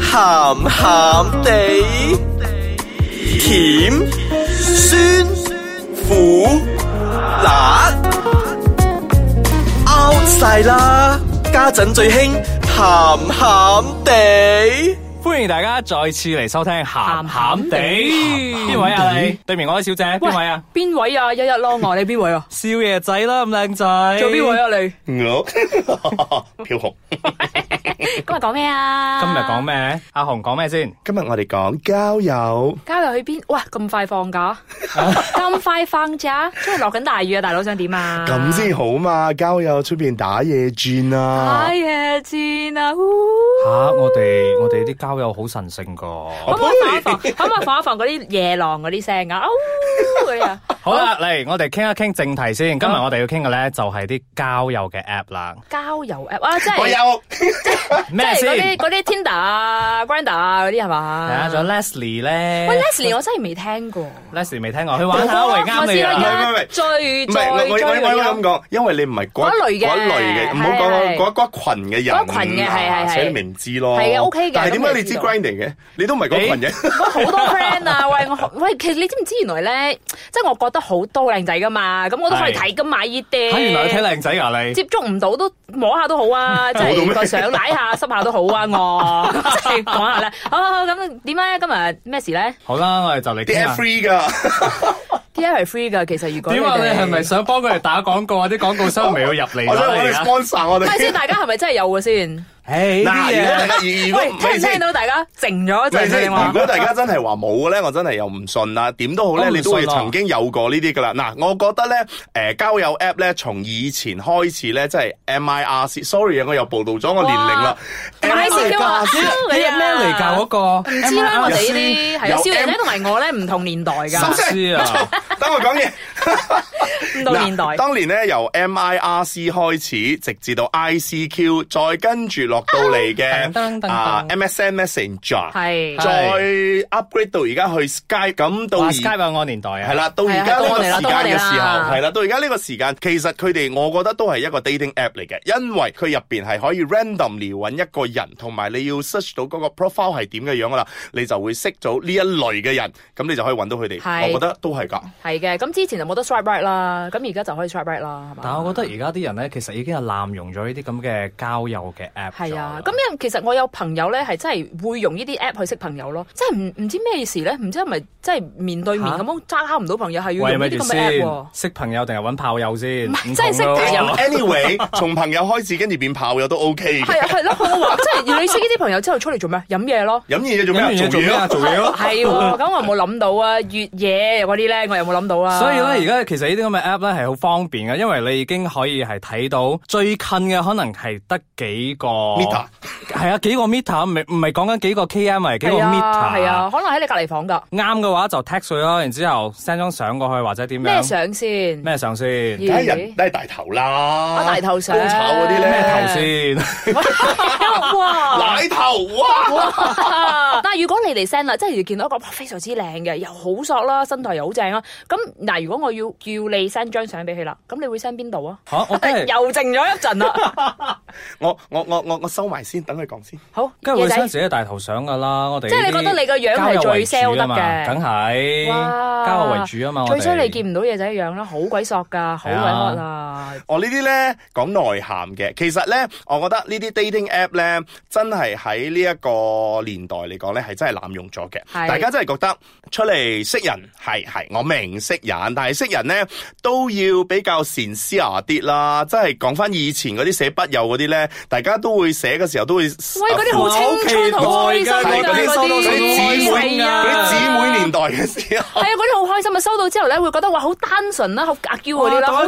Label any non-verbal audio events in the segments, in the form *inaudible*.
鹹鹹地，甜酸苦辣 out 晒啦！家陣最興鹹鹹地。歡迎大家再次嚟收聽鹹鹹地，邊位啊你？對面嗰位小姐邊位啊？邊位啊？一一咯， *laughs* 我你邊位啊？少爺仔啦，咁靚仔。做邊位？啊？你我飄紅，今日講咩啊？今日講咩？阿紅講咩先？今日我哋講交友，交流去邊？哇，咁快放假，咁快放假，出嚟落緊大雨啊！大佬想點啊？咁先好嘛？交友出邊打野戰啊哎！呀，天啊！吓，我哋我哋啲交友好神聖噶。可唔可以放一放？可唔可以放一放嗰啲夜郎嗰啲聲 *laughs* 啊？嗚嗰啲啊，好啦，嚟我哋傾一傾正題先。今日我哋要傾嘅咧就係啲交友嘅 app 啦。交友 app 啊，即我有係即咩係嗰啲先？嗰啲 Tinder 啊、Grindr 啊嗰啲係係啊，嘛？仲有 Leslie 喂咧，Leslie 我真係未聽過。 ，Leslie 未聽過，去玩下喂啱你啊我啦試。唔係唔過係一最唔係我最我最我我咁最講，因為你唔係嗰嗰類嘅嗰類嘅，唔好係係講嗰嗰群嘅人，嗰群嘅係係係所以你咪唔知咯。係啊，OK 嘅但係點解咁你你知知道 grinding 嘅？你都唔係嗰 *laughs* 群嘅。我好多 friend 啊！ *laughs* 喂，我喂，其實你知唔知原來咧，即係我覺得好多靚仔噶嘛，咁我都可以睇噶嘛呢啲。吓，原來你睇靚仔啊你。接觸唔到都摸下都 *laughs* 好啊，即係個相舐下濕下都好啊，我 *laughs* 即係講下啦。好好好，咁點咧？今日咩事咧好啦，我哋就嚟傾 d a 下。 free 噶， ？D I 係 free 噶，其實如果點啊？哋你係 *laughs* 咪？想幫佢哋打廣告啊？啲廣告收未要入嚟啊我想我哋啦 sponsor 我哋唔。係先，大家係咪真係有嘅先？唉，呢嗱，啲如果大嘢家如如喂，果聽唔聽到大家靜咗一咪陣先先啊如喎？果大家真係話冇嘅咧，我真係又唔信啦。點都好我咧，唔信啊你都會曾經有過呢啲噶啦。嗱，我覺得咧，誒、交友 app 咧，從以前開始咧，即係 MIRC，sorry 啊，我又暴露咗我年齡啦。買先 Ờ, 嘅 Ờ, 話，呢啲咩嚟㗎？嗰個唔知啦，我哋呢啲係啊，有少爺 M- 咧同埋我咧唔同年代唔收㗎，聲知啊。等我講 *laughs* 嘢。唔同年代。嗱當年咧由 MIRC 開始，直至到 ICQ，再跟住落到 *laughs* 嚟噔噔噔嘅啊 MSN Messenger，係再 upgrade 到而家去 Skype，咁到話而 Skype 係我年代啊係。啦，到而家呢個時間嘅時係啊候，到我哋啦到我哋啦係啦，到而家呢個時間，其實佢哋我覺得都係一個 dating app 嚟嘅，因為佢入邊係可以 randomly 揾一個人，同埋你要 search 到嗰個 profile 係點嘅樣噶啦，你就會識到呢一類嘅人，咁你就可以揾到佢哋。係我覺得都係㗎。係嘅，咁之前就冇得 swipe right 啦，咁而家就可以 swipe right 啦，係嘛？但係我覺得而家啲人咧，其實已經係濫用咗呢啲咁嘅交友嘅 app 咗啦。係啊，咁因為其實我有朋友咧，係真係會用呢啲 app 去識朋友咯，即係唔唔知咩事咧，唔知係咪真係面對面嚇咁樣揸唔到朋友，係要喂，用呢咪啲住咁嘅 app 先喎，。識朋友定係揾炮友先？唔係唔真係識同㗎喎朋友 Anyway，從朋友開始，跟住變炮友都 OK 嘅。係啊係咯， *laughs* 我話即係你識呢啲朋友之後出嚟做咩？飲嘢咯。飲完嘢做咁咩？樣做做嘢咩啊？咯。做 *laughs* 嘢咯。係喎，咁我有冇諗到啊，越野嗰啲咧，我有冇諗到啊？所以咧，而家其實呢啲咁嘅 app 咧係好方便嘅，因為你已經可以係睇到最近嘅可能係得幾個 Meter 係啊，幾個 meter 唔係唔係講緊幾個 km，係幾個係 meter 啊係啊，可能喺你隔離房㗎。啱嘅話就 text 佢咯，然之後 send 張相過去或者點咩樣？相先？咩相先？咦梗係人都係大頭啦，啊大頭相高炒嗰啲咧，咩頭 *laughs* 先？ *laughs* 哇！奶頭哇！哇！但係如果你哋 send 啦，即係見到一個哇非常之靚嘅，又好索啦，身材又好正啦。咁嗱，如果我要叫你 send 張相俾佢啦，咁你會 send 邊度啊？嚇！我真係又靜咗 *laughs* 一陣啦。我我我我我收埋先，等佢講先。好，梗係會夜 send 仔，自己大頭相噶啦，我哋即係你覺得你個樣係最 sell 得嘅啊梗係哇交友為主啊嘛，最衰你見見唔到夜仔嘅樣啦，好鬼索㗎，好鬼係啊 hot 啊！我哦呢啲咧講內涵嘅，其實咧，我覺得呢啲 dating app 咧，真係喺呢一個年代嚟講咧，係真係濫用咗嘅。係大家真係覺得出嚟識人係係，我明識人，但係識人咧都要比較善思牙啲啦。即係講翻以前嗰啲寫筆友嗰啲咧，大家都會寫嘅時候都會啊喂喂，嗰啲好青春、好啊開心係㗎嗰啲收嗰到嗰啲姊啲，係妹嗰啲姊啊。妹年代嘅時候係。啊，嗰啲好開心啊！收到之後咧，會覺得哇，好單純啦，好阿嬌嗰啲啦，好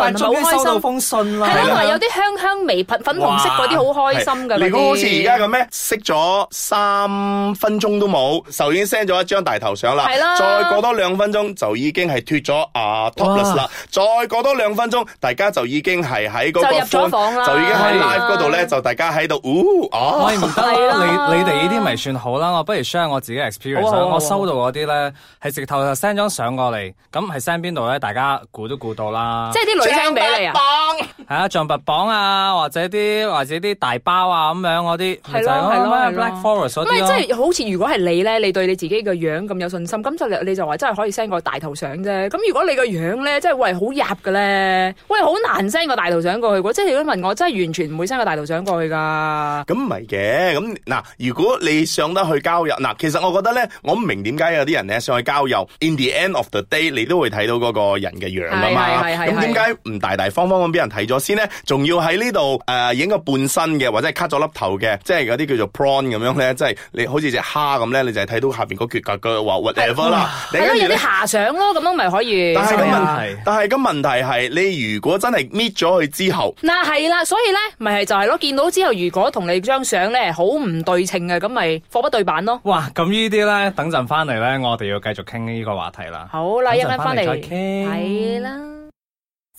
單純，好開心。封信係啦，係同啦埋有啲香香味、粉粉紅色嗰啲好開心噶。係你估好似而家咁咁咩？識咗三分鐘都冇，就已經 send 咗一張大頭相啦。係啦再過多兩分鐘就已經係脱咗啊 topless 啦。再過多兩分鐘，大家就已經係喺嗰個就入咗 phone- 房啦就已經喺係 live 嗰度咧，就大家喺度，呜我哦，唔得係啦，啦你你哋呢啲咪算好啦，我不如 share 我自己嘅 experience 好啊啦。好啊我收到嗰啲咧係直頭就 send 張相過嚟，咁係 send 邊度咧？大家估都估到啦。即係啲女 send 俾你啊！棒！係啊，象拔蚌啊，或者啲或者啲大包啊咁樣嗰啲，咪係咯就係係咯咯係咯，Black Forest 嗰唔係啲咯。即係好似如果係你咧，你對你自己嘅樣咁有信心，咁就你你就話真係可以 send 個大頭相啫。咁如果你個樣咧，即係喂好入嘅咧，喂好難 send 個大頭相過去喎。即係如果問我，真係完全唔會 send 個大頭相過去㗎。咁唔係嘅，咁嗱，如果你上得去交友，嗱，其實我覺得咧，我唔明點解有啲人咧上去交友，in the end of the day，你都會睇到嗰個人嘅樣啊嘛。係係係係咁點解唔大大方方咁俾人睇咗先咧？仲要喺呢度誒影個半身嘅，或者係 cut 咗粒頭嘅，即係嗰啲叫做 prawn 咁樣咧，即係你好似只蝦咁咧，你就係睇到下邊嗰橛腳嘅話 whatever 啦。你係咯，跟住有呢啲遐想咯，咁樣咪可以。但係個咁係啊問題，但係個問題係，你如果真係搣咗佢之後，嗱係啦，所以咧，咪係就係咯，見到之後，如果同你張相咧好唔對稱嘅，咁咪貨不對版咯。哇，咁呢啲咧，等陣翻嚟咧，我哋要繼續傾呢個話題啦。好啦，一陣間翻嚟等陣返嚟再傾係啦，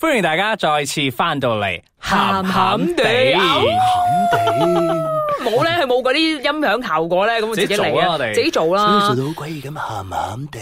歡迎大家再次翻到嚟，鹹鹹鹹地地， *laughs* 冇咧佢冇嗰啲音響效果咧，咁我自己自己嚟做啊我啊，哋自己做啦。到好鬼咁鹹鹹地。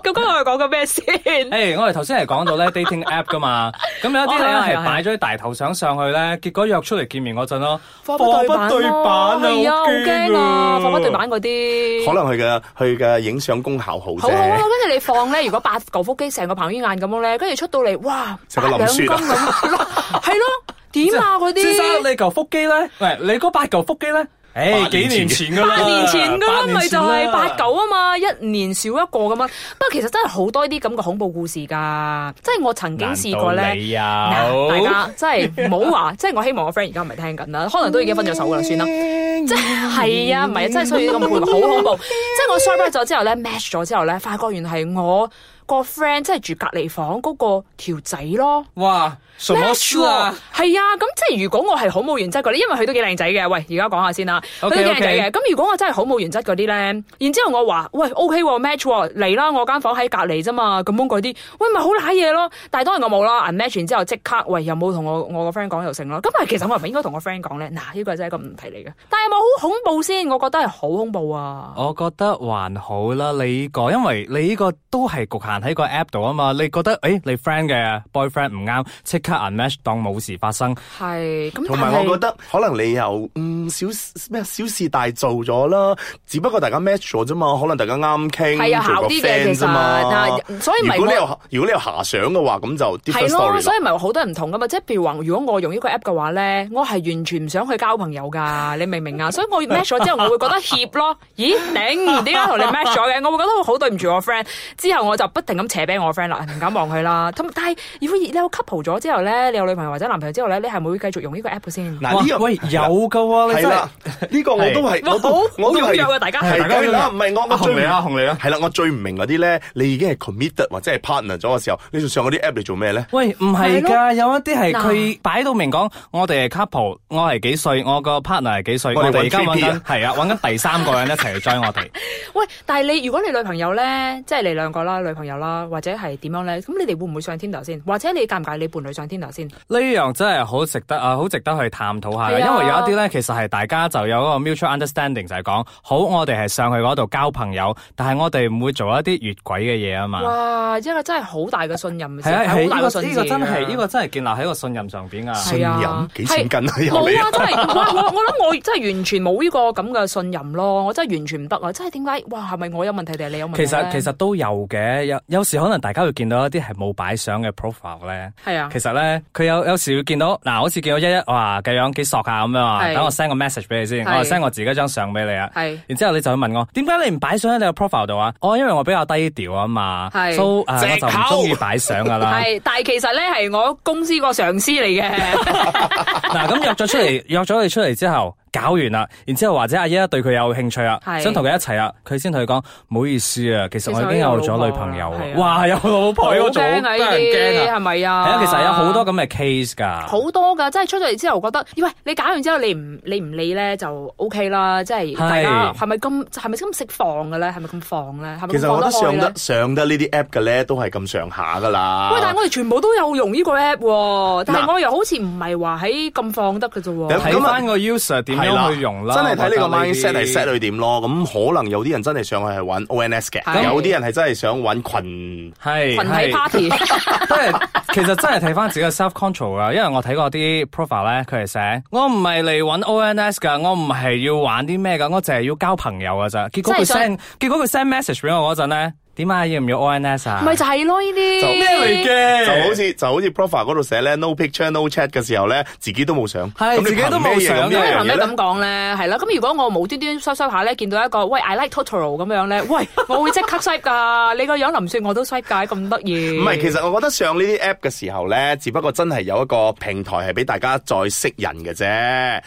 咁今日我哋講緊咩先？诶我哋頭先係講到咧 dating app 噶 *laughs* 嘛，咁有一啲哦係咧啊係係啊擺咗啲大頭相上去咧，結果約出嚟見面嗰陣咯，貨咯係啊，好驚啊！貨不對版版嗰啲，可能佢嘅佢嘅影相功效好好好啊啫。！跟住你放咧，如果八嚿腹肌成個彭于晏咁樣咧，跟住出到嚟，哇，成個八林兩雪金啊咁，係咯，點啊嗰啲？先生，你嚿腹肌咧，喂，你嗰八嚿腹肌咧，八诶，幾年年前前噶啦，八年前噶啦，八年咪就前係啦八九啊嘛，一年少一個咁樣。不過其實真係好多呢啲咁嘅恐怖故事㗎，即係我曾經試過咧。你嗱，大家真係唔好話，即係我希望我 friend 而家唔係聽緊啦，可能都已經分咗手㗎啦，算啦。嗯即係啊，唔係真係需要呢個配合，好恐怖。即係我 s w i p e 咗之後咧，match 咗之後咧，發覺原來係我個 friend 即係住隔離房嗰個條仔咯。哇，什麼事啊？係啊，咁即係如果我係好冇原則嗰啲，因為佢都幾靚仔嘅。喂，而家講下先啦，佢 OK，都幾靚仔 OK 嘅。咁如果我真係好冇原則嗰啲咧，然之後我話喂 OK 喎 match 喎嚟啦，我間房喺隔離啫嘛，咁樣嗰啲，喂咪好賴嘢咯。但係當然我冇啦，unmatch 完之後即刻喂又冇同我我個 friend 講又成咯。咁但係其實我係咪應該同我 friend 講咧？嗱，呢個真係一個問題嚟嘅。但係有冇好恐怖先？我覺得係好恐怖啊！哦我覺得還好啦，你呢個因為你呢個都係局限喺個 app 度啊嘛，你覺得誒、你 friend 嘅 boyfriend 唔啱，即刻 unmatch 當冇事發生，係咁，同埋但係我覺得可能你又嗯小咩小事大做咗啦，只不過大家 match 咗啫嘛，可能大家啱係傾，啊做個姣啲嘅 friend 其實啫嘛。嗱所以咪如果你我有如果你有遐想嘅話，咁就 different 係咯， story 所啦。以咪好多人唔同噶嘛。即係譬如話，如果我用呢個 app 嘅話咧，我係完全唔想去交朋友噶，你明唔 *laughs* 明啊？所以我 match 咗之後，我會覺得怯咯。咦，頂！點解 *laughs* 同你 match 咗嘅？我會覺得我好對唔住我 friend。之後我就不停咁扯俾我 friend 啦，唔敢望佢啦。咁但係如果你有 couple 咗之後咧，你有女朋友或者男朋友之後咧，你係咪會繼續用呢個 app 嘅先？嗱呢哇個喂有噶喎、你係真啦係。，呢個我都係，我都好我都好踴係躍啊大家係大家梗係踴躍啦，唔係我我啊最紅你啦紅你啦係啦，我最唔明嗰啲咧，你已經係 committed 或者係 partner 咗嘅時候，你仲上嗰啲 app 嚟做咩咧？喂，唔係係㗎，有一啲係嗱佢擺到明講，我哋係 couple，我係幾歲，我個 partner 係幾歲，我我哋哋而家搵揾 3P 緊啊係啊，揾緊第三個人一齊嚟 join 我哋。喂，但係你如果你女朋友咧，即係你兩個啦，女朋友啦，或者係點樣咧？咁你哋會唔會上 Tinder 先？或者你介唔介意你伴侶上 Tinder 先？呢樣真係好值得啊，好值得去探討下嘅，係啊因為有一啲咧，其實係大家就有一個 mutual understanding，就係講好，我哋係上去嗰度交朋友，但係我哋唔會做一啲越軌嘅嘢啊嘛。哇！一個真係好大嘅信任，係啊，係好呢大嘅個信呢任。個真係呢個真係建立喺個信任上邊啊。係信任啊幾千斤啊，又冇嚟啊！啊！真係，哇！我我諗我真係完全冇呢個咁嘅信任咯，我真係完全唔得啊！真係點解？哇！係咪我有問題定係啊你有問題其咧實其實都有嘅，有有時可能大家會見到一啲係冇擺相嘅 profile 咧。係啊其，實咧，佢有有時會見到嗱，好似見到一一哇嘅樣幾索下咁樣啊，係等我 send 個 message 俾你先，係我 send 我自己張相俾你啊。係然之後你就會問我點解你唔擺相喺你個 profile 度啊？哦，因為我比較低調啊嘛，係所以呃藉我就唔口中意擺相噶啦。 *laughs* 係，但係其實咧係我公司個上司 *laughs* 嚟嘅，嗱，咁約咗出 *laughs* 嚟，約咗你出嚟之後，搞完啦，然之後或者阿姨對佢有興趣啊，係想同佢一齊啊，佢先同佢講唔好意思啊，其實我已經有咗女朋友啊其實我已經有老婆啦係，啊哇，有老好婆呢個做驚啊！呢人啲驚啊！係咪係啊？啊，其實有好多。咁嘅 case 㗎。好多噶，真係出咗嚟之後覺得，喂，你搞完之後你唔你唔理咧就 O K 啦，即係係大家係咪咁係咪咁識放嘅咧？係咪咁放咧？係咪其咁實我放覺得開上咧得？上得呢啲 app 嘅咧，都係咁上下噶啦。喂，但係我哋全部都有用呢個 app，喎但嗱係我又好似唔係話喺咁放得嘅啫喎。睇翻個 user 點係樣去用啦，真係睇你個我覺 mindset 得呢係啲 set 去點咯。咁可能有啲人真係上去係玩 ONS 嘅，係有啲人係真係想玩群。係群體 party 係都係其其實真係睇翻自己嘅 self control 啊，因為我睇過啲 profile 咧，佢係寫我唔係嚟揾 ONS 㗎，我唔係要玩啲咩㗎，我淨係要交朋友㗎咋。結果佢真係想 send，結果佢 send message 俾我嗰陣咧，點啊要唔要 ONS 啊？咪就係咯呢啲就咩嚟嘅，就好似就好似 profile 嗰度寫咧，no picture no chat 嘅時候咧，自己都冇相，係咁你自己都憑咩冇相嘢咁嘅呢咁樣憑嘢咩咧咁講咧？係啦，咁如果我無端端收收下咧，見到一個喂 I like Totoro 咁樣咧，喂，我會即刻 swipe 噶。你個樣林雪我都 swipe 㗎咁得意。唔係，其實我覺得上呢啲 app 嘅時候咧，只不過真係有一個平台係俾大家再識人嘅啫。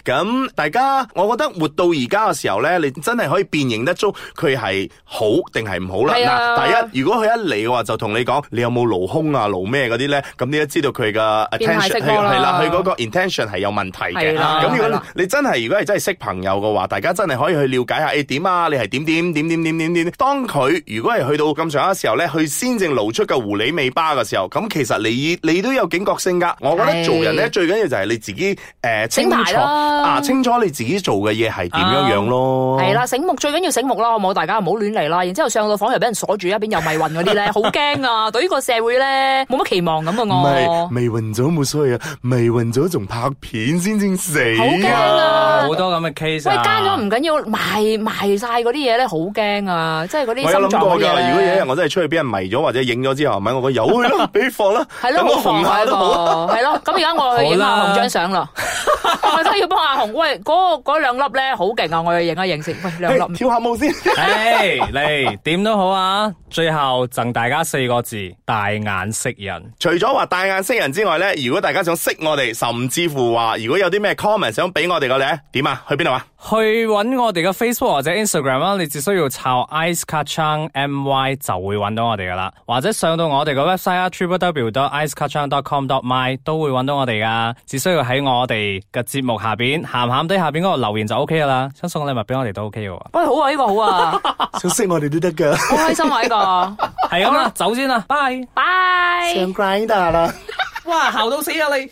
咁大家，我覺得活到而家嘅時候咧，你真係可以辨認得出佢係好定係唔好啦。係嗱、啊第一，如果佢一嚟嘅話，就同你講你有冇勞胸啊、勞咩嗰啲咧，咁你都知道佢嘅變態 attention 色係魔啦係啦，佢嗰個 intention 係有問題嘅。係啦咁如係果啦你真係如果係真係識朋友嘅話，大家真係可以去了解下，誒、點啊？你係點點點點點點點？當佢如果係去到咁上下嘅時候咧，佢先正露出個狐狸尾巴嘅時候，咁其實你你都有警覺性㗎。我覺得係做人咧最緊要就係你自己誒、呃清整埋楚啦啊，清楚你自己做嘅嘢係點樣樣咯。啊係啦，醒目最緊要醒目啦，好冇？大家唔好亂嚟啦。然之後上到房又俾人鎖住，一邊有迷魂嗰啲咧，好驚啊！對呢個社會咧冇乜期望咁唔啊，我係。未暈咗冇所謂啊，未暈咗仲拍片先正死好驚啊！啊！好多咁嘅 case 喂啊。，加咗唔緊要，賣賣晒嗰啲嘢咧，好驚啊！即係嗰啲我心臟有諗嗰過啲㗎，如果有一日嘢。我真係出去俾人迷咗或者影咗之後，咪我個由 *laughs* 佢咯，俾放啦，係等咯，我好紅防下啊都好啊。個，係咯。咁而家我去影下好阿啦紅張相啦， *laughs* 我真係要幫阿紅。喂，嗰嗰兩粒咧好勁啊！我要影一影先。喂，兩誒 *laughs* 粒跳下舞先。唉嚟點都好啊！最後贈大家四個字：大眼識人。除咗話大眼識人之外咧，如果大家想識我哋，甚至乎話如果有啲咩 comment 想俾我哋嘅咧，點啊？去邊度啊？去揾我哋嘅 Facebook 或者 Instagram 啦，你只需要抄 Ice k a c h a n g My 就會揾到我哋噶啦，或者上到我哋嘅 website 啊 t r i p w i c e k a c h a n g c o m my 都會揾到我哋噶，只需要喺我哋嘅節目下邊鹹鹹低下邊嗰度留言就 OK 噶啦，想送禮物俾我哋都 OK 嘅喎，喂，好啊，呢個 *laughs* 好啊，想識我哋都得噶。好開心啊呢 *laughs* 個。係咁啦，走先啦，拜。拜。想 grind 啦。哇，姣到死啊你！